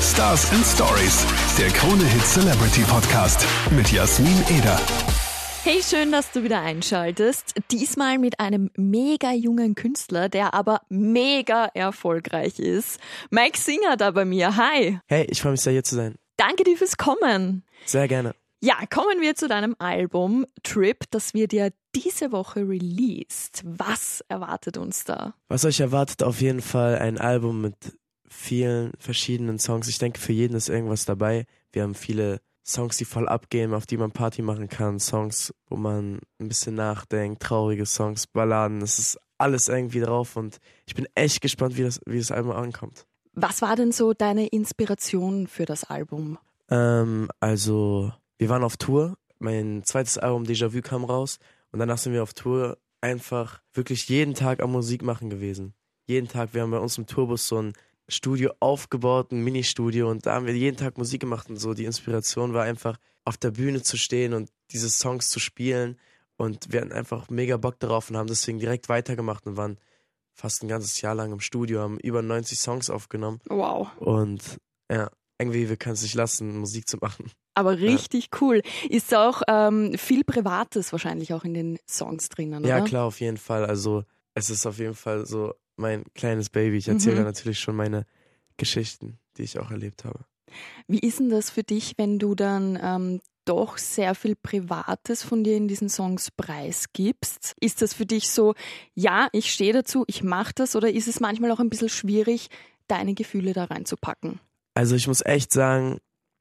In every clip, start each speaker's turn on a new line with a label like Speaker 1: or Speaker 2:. Speaker 1: Stars and Stories, der Krone-Hit Celebrity Podcast mit Jasmin Eder.
Speaker 2: Hey, schön, dass du wieder einschaltest. Diesmal mit einem mega jungen Künstler, der aber mega erfolgreich ist. Mike Singer da bei mir. Hi.
Speaker 3: Hey, ich freue mich sehr, hier zu sein.
Speaker 2: Danke dir fürs Kommen.
Speaker 3: Sehr gerne.
Speaker 2: Ja, kommen wir zu deinem Album Trip, das wird ja diese Woche released. Was erwartet uns da?
Speaker 3: Was euch erwartet, auf jeden Fall ein Album mit vielen verschiedenen Songs. Ich denke, für jeden ist irgendwas dabei. Wir haben viele Songs, die voll abgehen, auf die man Party machen kann. Songs, wo man ein bisschen nachdenkt, traurige Songs, Balladen. Es ist alles irgendwie drauf und ich bin echt gespannt, wie das, wie das Album ankommt.
Speaker 2: Was war denn so deine Inspiration für das Album?
Speaker 3: Ähm, also, wir waren auf Tour. Mein zweites Album Déjà-vu kam raus. Und danach sind wir auf Tour einfach wirklich jeden Tag am Musik machen gewesen. Jeden Tag. Wir haben bei uns im Tourbus so ein Studio aufgebaut, ein Ministudio. Und da haben wir jeden Tag Musik gemacht. Und so die Inspiration war einfach, auf der Bühne zu stehen und diese Songs zu spielen. Und wir hatten einfach mega Bock darauf und haben deswegen direkt weitergemacht und waren fast ein ganzes Jahr lang im Studio, haben über 90 Songs aufgenommen.
Speaker 2: Wow.
Speaker 3: Und ja, irgendwie, wir können es nicht lassen, Musik zu machen.
Speaker 2: Aber richtig cool. Ist auch ähm, viel Privates wahrscheinlich auch in den Songs drinnen,
Speaker 3: Ja,
Speaker 2: oder?
Speaker 3: klar, auf jeden Fall. Also, es ist auf jeden Fall so mein kleines Baby. Ich erzähle
Speaker 2: Mhm.
Speaker 3: da natürlich schon meine Geschichten, die ich auch erlebt habe.
Speaker 2: Wie ist denn das für dich, wenn du dann ähm, doch sehr viel Privates von dir in diesen Songs preisgibst? Ist das für dich so, ja, ich stehe dazu, ich mache das, oder ist es manchmal auch ein bisschen schwierig, deine Gefühle da reinzupacken?
Speaker 3: Also, ich muss echt sagen,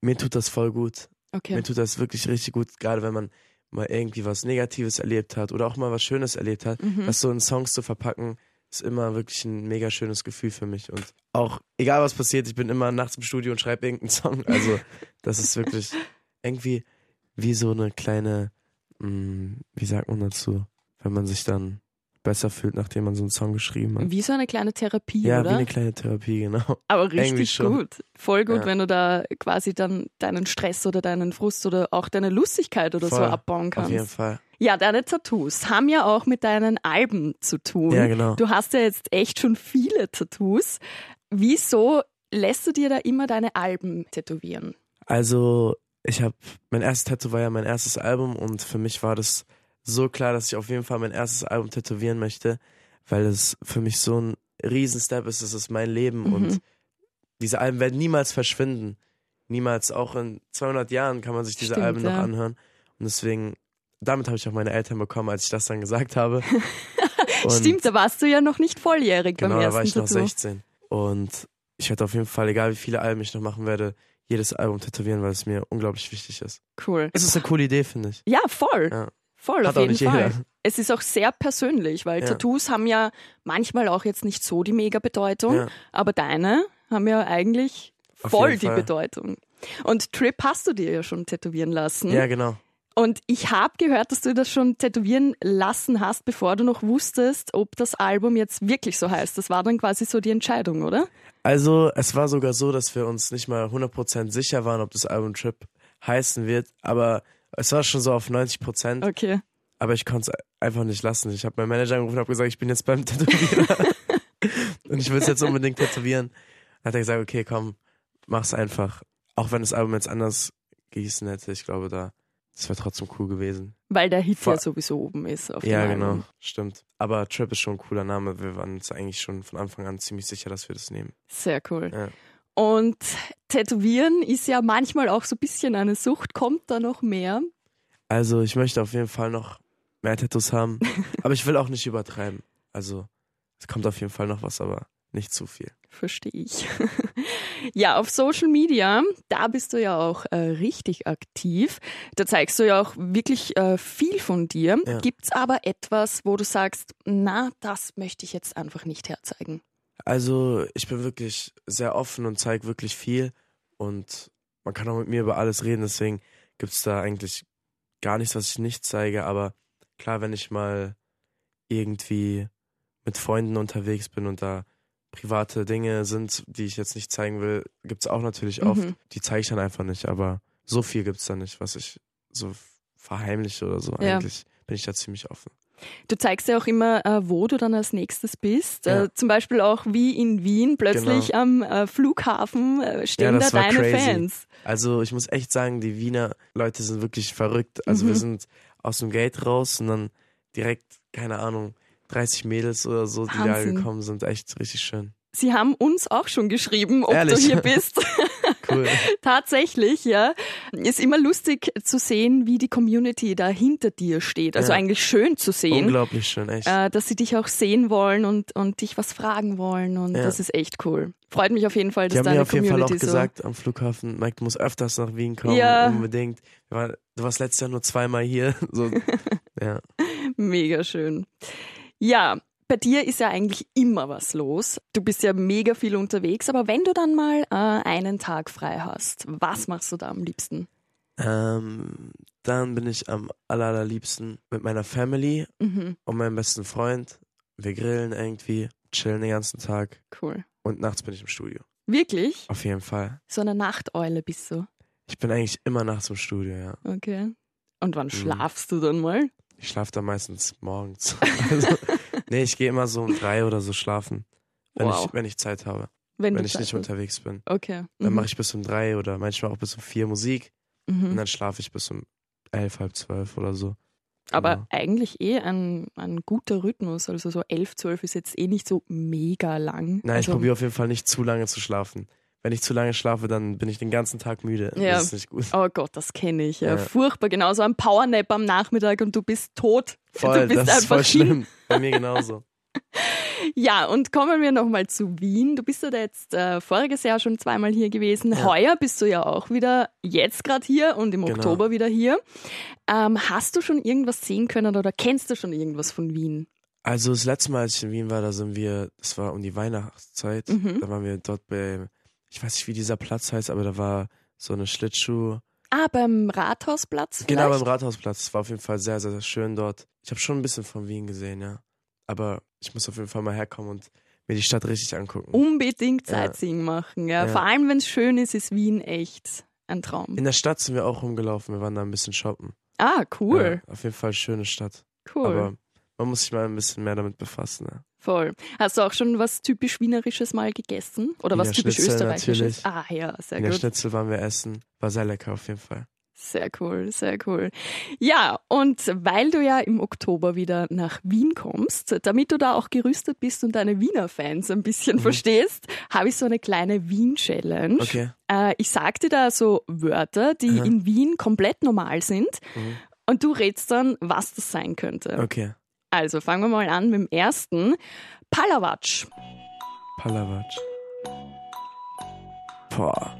Speaker 3: mir tut das voll gut.
Speaker 2: Okay.
Speaker 3: Mir tut das wirklich richtig gut, gerade wenn man mal irgendwie was Negatives erlebt hat oder auch mal was Schönes erlebt hat.
Speaker 2: Mhm.
Speaker 3: Das so in Songs zu verpacken, ist immer wirklich ein mega schönes Gefühl für mich. Und auch, egal was passiert, ich bin immer nachts im Studio und schreibe irgendeinen Song. Also, das ist wirklich irgendwie wie so eine kleine, mh, wie sagt man dazu, wenn man sich dann besser fühlt, nachdem man so einen Song geschrieben hat.
Speaker 2: Wie so eine kleine Therapie,
Speaker 3: ja,
Speaker 2: oder?
Speaker 3: wie eine kleine Therapie, genau.
Speaker 2: Aber
Speaker 3: Irgendwie
Speaker 2: richtig
Speaker 3: schon.
Speaker 2: gut. Voll gut,
Speaker 3: Ja.
Speaker 2: wenn du da quasi dann deinen Stress oder deinen Frust oder auch deine Lustigkeit oder so
Speaker 3: Voll.
Speaker 2: abbauen
Speaker 3: Auf jeden
Speaker 2: kannst.
Speaker 3: Fall.
Speaker 2: Ja, deine Tattoos haben ja auch mit deinen Alben zu tun.
Speaker 3: Ja, genau.
Speaker 2: Du hast ja jetzt echt schon viele Tattoos. Wieso lässt du dir da immer deine Alben tätowieren?
Speaker 3: Also, ich habe mein erstes Tattoo war ja mein erstes Album und für mich war das so klar, dass ich auf jeden Fall mein erstes Album tätowieren möchte, weil es für mich so ein Riesenstep ist. Es ist mein Leben
Speaker 2: Mhm.
Speaker 3: und diese Alben werden niemals verschwinden. Niemals. Auch in 200 Jahren kann man sich diese
Speaker 2: Stimmt,
Speaker 3: Alben noch
Speaker 2: ja.
Speaker 3: anhören. Und deswegen, damit habe ich auch meine Eltern bekommen, als ich das dann gesagt habe. Und
Speaker 2: Stimmt, da warst du ja noch nicht volljährig
Speaker 3: Genau,
Speaker 2: beim
Speaker 3: da
Speaker 2: ersten
Speaker 3: war ich noch
Speaker 2: Tattoo.
Speaker 3: 16. Und ich werde auf jeden Fall, egal wie viele Alben ich noch machen werde, jedes Album tätowieren, weil es mir unglaublich wichtig ist.
Speaker 2: Cool.
Speaker 3: Es ist eine coole Idee, finde ich.
Speaker 2: Ja, voll.
Speaker 3: Ja.
Speaker 2: Voll,
Speaker 3: Hat
Speaker 2: auf
Speaker 3: auch
Speaker 2: jeden
Speaker 3: nicht
Speaker 2: Fall.
Speaker 3: jeder.
Speaker 2: Es ist auch sehr persönlich, weil
Speaker 3: Ja.
Speaker 2: Tattoos haben ja manchmal auch jetzt nicht so die mega Bedeutung,
Speaker 3: Ja.
Speaker 2: aber deine haben ja eigentlich
Speaker 3: Auf
Speaker 2: voll
Speaker 3: jeden
Speaker 2: die
Speaker 3: Fall.
Speaker 2: Bedeutung. Und Trip hast du dir ja schon tätowieren lassen.
Speaker 3: Ja, genau.
Speaker 2: Und ich habe gehört, dass du das schon tätowieren lassen hast, bevor du noch wusstest, ob das Album jetzt wirklich so heißt. Das war dann quasi so die Entscheidung, oder?
Speaker 3: Also, es war sogar so, dass wir uns nicht mal 100% sicher waren, ob das Album Trip heißen wird, aber es war schon so auf 90%,
Speaker 2: Okay.
Speaker 3: aber ich konnte es einfach nicht lassen. Ich habe meinen Manager angerufen und habe gesagt, ich bin jetzt beim Tätowierer und ich will es jetzt unbedingt tätowieren. Dann hat er gesagt, okay, komm, mach's einfach. Auch wenn das Album jetzt anders gießen hätte, ich glaube, da, das wäre trotzdem cool gewesen.
Speaker 2: Weil der Hit
Speaker 3: Vor-
Speaker 2: ja sowieso oben ist. Auf
Speaker 3: Ja,
Speaker 2: dem Album.
Speaker 3: genau, stimmt. Aber Trip ist schon ein cooler Name. Wir waren uns eigentlich schon von Anfang an ziemlich sicher, dass wir das nehmen.
Speaker 2: Sehr cool.
Speaker 3: Ja.
Speaker 2: Und Tätowieren ist ja manchmal auch so ein bisschen eine Sucht. Kommt da noch mehr?
Speaker 3: Also ich möchte auf jeden Fall noch mehr Tattoos haben, aber ich will auch nicht übertreiben. Also es kommt auf jeden Fall noch was, aber nicht zu viel.
Speaker 2: Verstehe ich. ja, auf Social Media, da bist du ja auch äh, richtig aktiv. Da zeigst du ja auch wirklich äh, viel von dir.
Speaker 3: Ja.
Speaker 2: Gibt's aber etwas, wo du sagst, na, das möchte ich jetzt einfach nicht herzeigen?
Speaker 3: Also ich bin wirklich sehr offen und zeige wirklich viel und man kann auch mit mir über alles reden, deswegen gibt es da eigentlich gar nichts, was ich nicht zeige, aber klar, wenn ich mal irgendwie mit Freunden unterwegs bin und da private Dinge sind, die ich jetzt nicht zeigen will, gibt es auch natürlich oft,
Speaker 2: Mhm.
Speaker 3: die zeige ich dann einfach nicht, aber so viel gibt es da nicht, was ich so verheimliche oder so.
Speaker 2: Ja.
Speaker 3: Eigentlich bin ich da ziemlich offen.
Speaker 2: Du zeigst ja auch immer, äh, wo du dann als nächstes bist.
Speaker 3: Ja. Genau.
Speaker 2: Äh, zum Beispiel auch wie in Wien plötzlich am äh, Flughafen äh,
Speaker 3: Ja,
Speaker 2: stehen
Speaker 3: das
Speaker 2: da
Speaker 3: war
Speaker 2: deine
Speaker 3: crazy.
Speaker 2: Fans.
Speaker 3: Also ich muss echt sagen, die Wiener Leute sind wirklich verrückt. Also
Speaker 2: Mhm.
Speaker 3: wir sind aus dem Gate raus und dann direkt, keine Ahnung, 30 Mädels oder so, die da
Speaker 2: Wahnsinn.
Speaker 3: gekommen sind. Echt richtig schön.
Speaker 2: Sie haben uns auch schon geschrieben, ob du
Speaker 3: Ehrlich?
Speaker 2: hier bist.
Speaker 3: Cool.
Speaker 2: Tatsächlich, ja. Ist immer lustig zu sehen, wie die Community da hinter dir steht. Also
Speaker 3: Ja.
Speaker 2: eigentlich schön zu sehen,
Speaker 3: Unglaublich schön, echt.
Speaker 2: äh, dass sie dich auch sehen wollen und, und dich was fragen wollen. Und
Speaker 3: Ja.
Speaker 2: das ist echt cool. Freut mich auf jeden Fall,
Speaker 3: Die
Speaker 2: dass
Speaker 3: haben mir
Speaker 2: deine
Speaker 3: auf jeden Fall auch
Speaker 2: Community so.
Speaker 3: gesagt am Flughafen, Mike, du musst öfters nach Wien kommen,
Speaker 2: Ja.
Speaker 3: unbedingt. Wir waren- Du warst letztes Jahr nur zweimal hier. So, ja.
Speaker 2: Mega schön. Ja, bei dir ist ja eigentlich immer was los. Du bist ja mega viel unterwegs, aber wenn du dann mal äh, einen Tag frei hast, was machst du da am liebsten?
Speaker 3: Ähm, dann bin ich am aller- allerliebsten mit meiner Family
Speaker 2: Mhm,
Speaker 3: und meinem besten Freund. Wir grillen irgendwie, chillen den ganzen Tag
Speaker 2: cool.
Speaker 3: und nachts bin ich im Studio.
Speaker 2: Wirklich?
Speaker 3: Auf jeden Fall.
Speaker 2: So eine Nachteule bist du.
Speaker 3: Ich bin eigentlich immer nachts im Studio, ja.
Speaker 2: Okay. Und
Speaker 3: Mhm.
Speaker 2: wann schlafst du dann mal?
Speaker 3: Ich schlafe da meistens morgens. Also, nee, ich gehe immer so um drei oder so schlafen, wenn,
Speaker 2: Wow.
Speaker 3: ich, wenn ich Zeit habe.
Speaker 2: Wenn,
Speaker 3: wenn
Speaker 2: du
Speaker 3: ich
Speaker 2: Zeit
Speaker 3: nicht
Speaker 2: hast.
Speaker 3: unterwegs bin.
Speaker 2: Okay.
Speaker 3: Dann
Speaker 2: mhm.
Speaker 3: mache ich bis um drei oder manchmal auch bis um vier Musik und
Speaker 2: Mhm.
Speaker 3: dann schlafe ich bis um elf, halb zwölf oder so.
Speaker 2: Aber
Speaker 3: Genau.
Speaker 2: eigentlich eh ein, ein guter Rhythmus. Also so 11, 12 ist jetzt eh nicht so mega lang.
Speaker 3: Nein,
Speaker 2: also,
Speaker 3: ich probiere auf jeden Fall nicht zu lange zu schlafen. Wenn ich zu lange schlafe, dann bin ich den ganzen Tag müde.
Speaker 2: Ja.
Speaker 3: Das ist nicht gut.
Speaker 2: Oh Gott, das kenne ich. Ja.
Speaker 3: Ja.
Speaker 2: Furchtbar. Genauso ein Powernap am Nachmittag und du bist tot. du
Speaker 3: Voll,
Speaker 2: bist
Speaker 3: das ist
Speaker 2: einfach hin.
Speaker 3: voll schlimm. Bei mir genauso.
Speaker 2: Ja, und kommen wir nochmal zu Wien. Du bist ja da jetzt äh, voriges Jahr schon zweimal hier gewesen.
Speaker 3: Ja.
Speaker 2: Heuer bist du ja auch wieder jetzt gerade hier und im
Speaker 3: Genau.
Speaker 2: Oktober wieder hier. Ähm, hast du schon irgendwas sehen können oder kennst du schon irgendwas von Wien?
Speaker 3: Also das letzte Mal, als ich in Wien war, da sind wir, das war um die Weihnachtszeit,
Speaker 2: Mhm.
Speaker 3: da waren wir dort bei, ich weiß nicht, wie dieser Platz heißt, aber da war so eine Schlittschuh.
Speaker 2: Ah, beim Rathausplatz vielleicht?
Speaker 3: Genau, beim Rathausplatz. Es war auf jeden Fall sehr, sehr, sehr schön dort. Ich habe schon ein bisschen von Wien gesehen, ja. Aber ich muss auf jeden Fall mal herkommen und mir die Stadt richtig angucken.
Speaker 2: Oh. Unbedingt
Speaker 3: Ja.
Speaker 2: Sightseeing machen. Ja.
Speaker 3: Ja.
Speaker 2: Vor allem, wenn es schön ist, ist Wien echt ein Traum.
Speaker 3: In der Stadt sind wir auch rumgelaufen, wir waren da ein bisschen shoppen.
Speaker 2: Ah, cool,
Speaker 3: Ja, auf jeden Fall schöne Stadt.
Speaker 2: cool.
Speaker 3: Aber man muss sich mal ein bisschen mehr damit befassen. Ne?
Speaker 2: Voll. Hast du auch schon was typisch Wienerisches mal gegessen? Oder was
Speaker 3: Wiener
Speaker 2: typisch
Speaker 3: Schnitzel
Speaker 2: Österreichisches?
Speaker 3: natürlich.
Speaker 2: Ah ja, sehr
Speaker 3: In der
Speaker 2: gut.
Speaker 3: Schnitzel waren wir essen. War sehr lecker auf jeden Fall.
Speaker 2: Sehr cool, sehr cool. Ja, und weil du ja im Oktober wieder nach Wien kommst, damit du da auch gerüstet bist und deine Wiener Fans ein bisschen verstehst, habe ich so eine kleine Wien-Challenge.
Speaker 3: Mhm. Okay.
Speaker 2: Äh, ich sag dir da so Wörter, die
Speaker 3: Aha.
Speaker 2: in Wien komplett normal sind
Speaker 3: Mhm.
Speaker 2: und du rätst dann, was das sein könnte.
Speaker 3: Okay.
Speaker 2: Also fangen wir mal an mit dem ersten. Palawatsch.
Speaker 3: Palawatsch. Boah.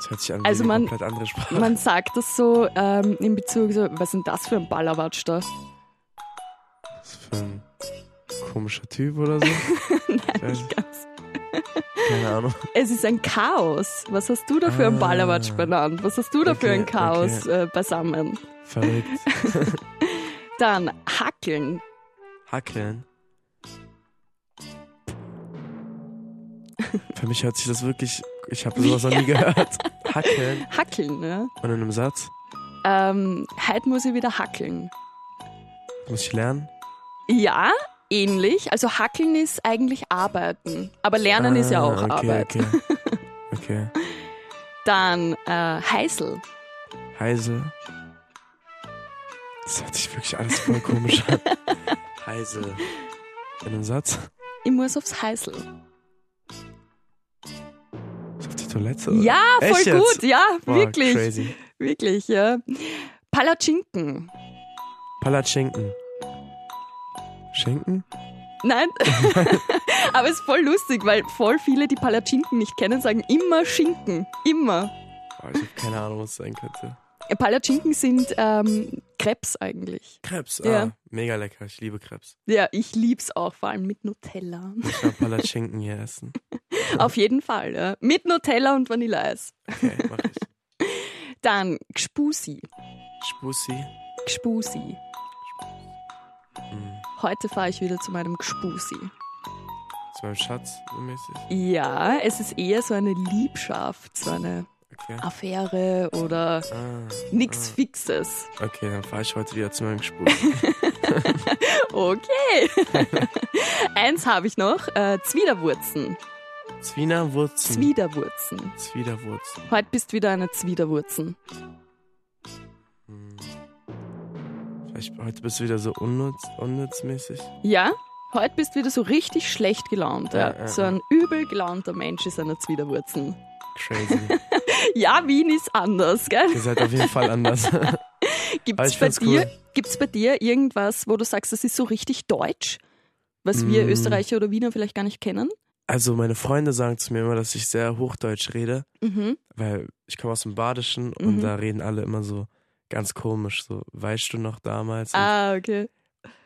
Speaker 3: Das hört sich an wie
Speaker 2: Also
Speaker 3: eine
Speaker 2: man-
Speaker 3: komplett andere Sprache.
Speaker 2: Man sagt das so ähm, in Bezug so, was ist denn das für ein Palawatsch da?
Speaker 3: Was für ein komischer Typ oder so. Ich weiß nicht.
Speaker 2: Ganz
Speaker 3: Keine Ahnung.
Speaker 2: Es ist ein Chaos. Was hast du da für ein
Speaker 3: Ah.
Speaker 2: Ballerwatsch benannt? Was hast du da für ein
Speaker 3: Okay,
Speaker 2: Chaos äh, beisammen?
Speaker 3: Verrückt.
Speaker 2: Dann Hackeln.
Speaker 3: Hackeln. Für mich hört sich das wirklich. Ich habe sowas noch nie gehört. Hackeln.
Speaker 2: Hackeln, ne?
Speaker 3: Und in einem Satz.
Speaker 2: Ähm, heute muss ich wieder hackeln.
Speaker 3: Muss ich lernen?
Speaker 2: Ja, ähnlich. Also hackeln ist eigentlich arbeiten. Aber lernen ist ja
Speaker 3: Ah,
Speaker 2: auch
Speaker 3: okay,
Speaker 2: Arbeit.
Speaker 3: Okay. okay.
Speaker 2: Dann äh, Heißel.
Speaker 3: Heise. Das hört sich wirklich alles voll komisch an. Heise. In einem Satz?
Speaker 2: Ich muss aufs Heißel.
Speaker 3: Ist auf die Toilette? oder?
Speaker 2: Ja, voll
Speaker 3: Äh, Echt jetzt?
Speaker 2: gut. Ja,
Speaker 3: Boah,
Speaker 2: wirklich.
Speaker 3: Crazy.
Speaker 2: Wirklich, ja. Palatschinken.
Speaker 3: Palatschinken. Schinken?
Speaker 2: Nein. Aber es ist voll lustig, weil voll viele, die Palatschinken nicht kennen, sagen immer Schinken. Immer.
Speaker 3: Boah, Oh, ich habe keine Ahnung, was es sein könnte.
Speaker 2: Palatschinken sind ähm, Krebs eigentlich.
Speaker 3: Krebs, ah,
Speaker 2: Ja.
Speaker 3: mega lecker. Ich liebe Krebs.
Speaker 2: Ja, ich lieb's auch, vor allem mit Nutella.
Speaker 3: Ich will Palatschinken hier essen.
Speaker 2: Auf jeden Fall. Ja. Mit Nutella und Vanilleeis.
Speaker 3: Okay, mach ich.
Speaker 2: Dann Gspusi.
Speaker 3: Spussi.
Speaker 2: Gspusi.
Speaker 3: Hm.
Speaker 2: Heute fahre ich wieder zu meinem Gspusi.
Speaker 3: Zu meinem Schatz, so mäßig.
Speaker 2: Ja, es ist eher so eine Liebschaft, so eine
Speaker 3: Okay.
Speaker 2: Affäre oder
Speaker 3: Ah,
Speaker 2: nichts Fixes.
Speaker 3: okay, dann fahre ich heute wieder zu meinem Spur.
Speaker 2: Okay. Eins habe ich noch, äh, Zwiderwurzen.
Speaker 3: Zwienerwurzen.
Speaker 2: Zwiderwurzen.
Speaker 3: Zwiderwurzen.
Speaker 2: Heute bist wieder eine Zwiderwurzen.
Speaker 3: Hm. Vielleicht heute bist du wieder so unnütz, unnützmäßig.
Speaker 2: Ja? Heute bist wieder so richtig schlecht gelaunt. Ja,
Speaker 3: Ja, ja,
Speaker 2: so
Speaker 3: ja.
Speaker 2: ein übel gelaunter Mensch ist eine Zwiderwurzen.
Speaker 3: Crazy.
Speaker 2: Ja, Wien ist anders, gell?
Speaker 3: Ihr seid auf jeden Fall anders. Aber
Speaker 2: Gibt's
Speaker 3: ich
Speaker 2: bei
Speaker 3: find's cool.
Speaker 2: dir, gibt's bei dir irgendwas, wo du sagst, das ist so richtig deutsch, was wir
Speaker 3: Mm.
Speaker 2: Österreicher oder Wiener vielleicht gar nicht kennen?
Speaker 3: Also meine Freunde sagen zu mir immer, dass ich sehr Hochdeutsch rede,
Speaker 2: Mhm.
Speaker 3: weil ich komme aus dem Badischen und
Speaker 2: Mhm.
Speaker 3: da reden alle immer so ganz komisch, so weißt du noch damals? Und-
Speaker 2: Ah, okay.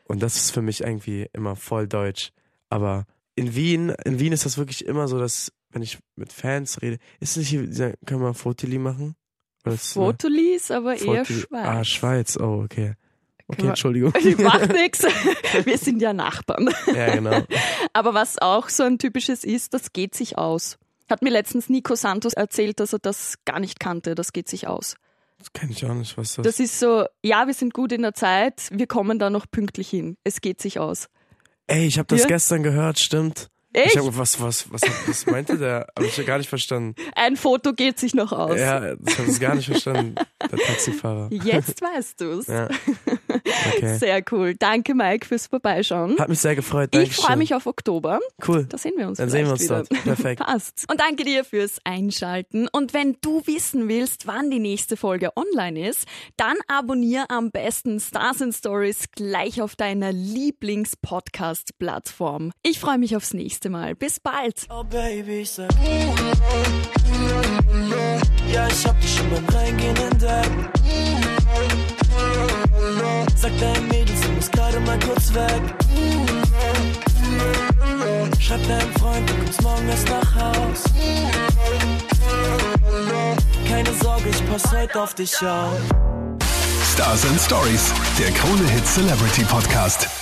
Speaker 3: Und das ist für mich irgendwie immer voll deutsch. Aber in Wien, in Wien ist das wirklich immer so, dass wenn ich mit Fans rede, ist nicht hier, dieser- können wir Fotili machen? Oder ist, äh,
Speaker 2: Fotolis, aber eher
Speaker 3: Fotili-
Speaker 2: Schweiz.
Speaker 3: Ah, Schweiz, oh, okay. Okay,
Speaker 2: wir-
Speaker 3: Entschuldigung.
Speaker 2: Macht nichts. Wir sind ja Nachbarn.
Speaker 3: ja, genau.
Speaker 2: Aber was auch so ein typisches ist, das geht sich aus. Hat mir letztens Nico Santos erzählt, dass er das gar nicht kannte, das geht sich aus.
Speaker 3: Das kenne ich auch nicht, was das,
Speaker 2: Das ist so, ja, wir sind gut in der Zeit, wir kommen da noch pünktlich hin. Es geht sich aus.
Speaker 3: Ey, ich habe das
Speaker 2: Ja.
Speaker 3: gestern gehört, stimmt.
Speaker 2: Echt?
Speaker 3: Ich hab, was, was, was, was meinte der? Hab ich ja gar nicht verstanden.
Speaker 2: Ein Foto geht sich noch aus.
Speaker 3: Ja, ich habe es gar nicht verstanden. Der Taxifahrer.
Speaker 2: Jetzt weißt du's.
Speaker 3: Ja. Okay.
Speaker 2: Sehr cool. Danke, Mike, fürs Vorbeischauen.
Speaker 3: Hat mich sehr gefreut.
Speaker 2: Ich
Speaker 3: Dankeschön.
Speaker 2: freue mich auf Oktober.
Speaker 3: Cool.
Speaker 2: Da sehen wir uns
Speaker 3: Dann sehen
Speaker 2: vielleicht
Speaker 3: wir uns
Speaker 2: wieder.
Speaker 3: dort. Perfekt.
Speaker 2: Passt. Und danke dir fürs Einschalten. Und wenn du wissen willst, wann die nächste Folge online ist, dann abonniere am besten Stars and Stories gleich auf deiner Lieblings-Podcast-Plattform. Ich freue mich aufs nächste Mal. Bis bald.
Speaker 4: Oh Baby, ich sag Ja, ich hab dich schon beim Reingehen entdeckt Sag deinen Mädels, du musst gerade mal kurz weg Schreib deinem Freund, du kommst morgen erst nach Haus Keine Sorge, ich pass heute auf dich auf
Speaker 1: Stars and Stories, der Krone Hit Celebrity Podcast.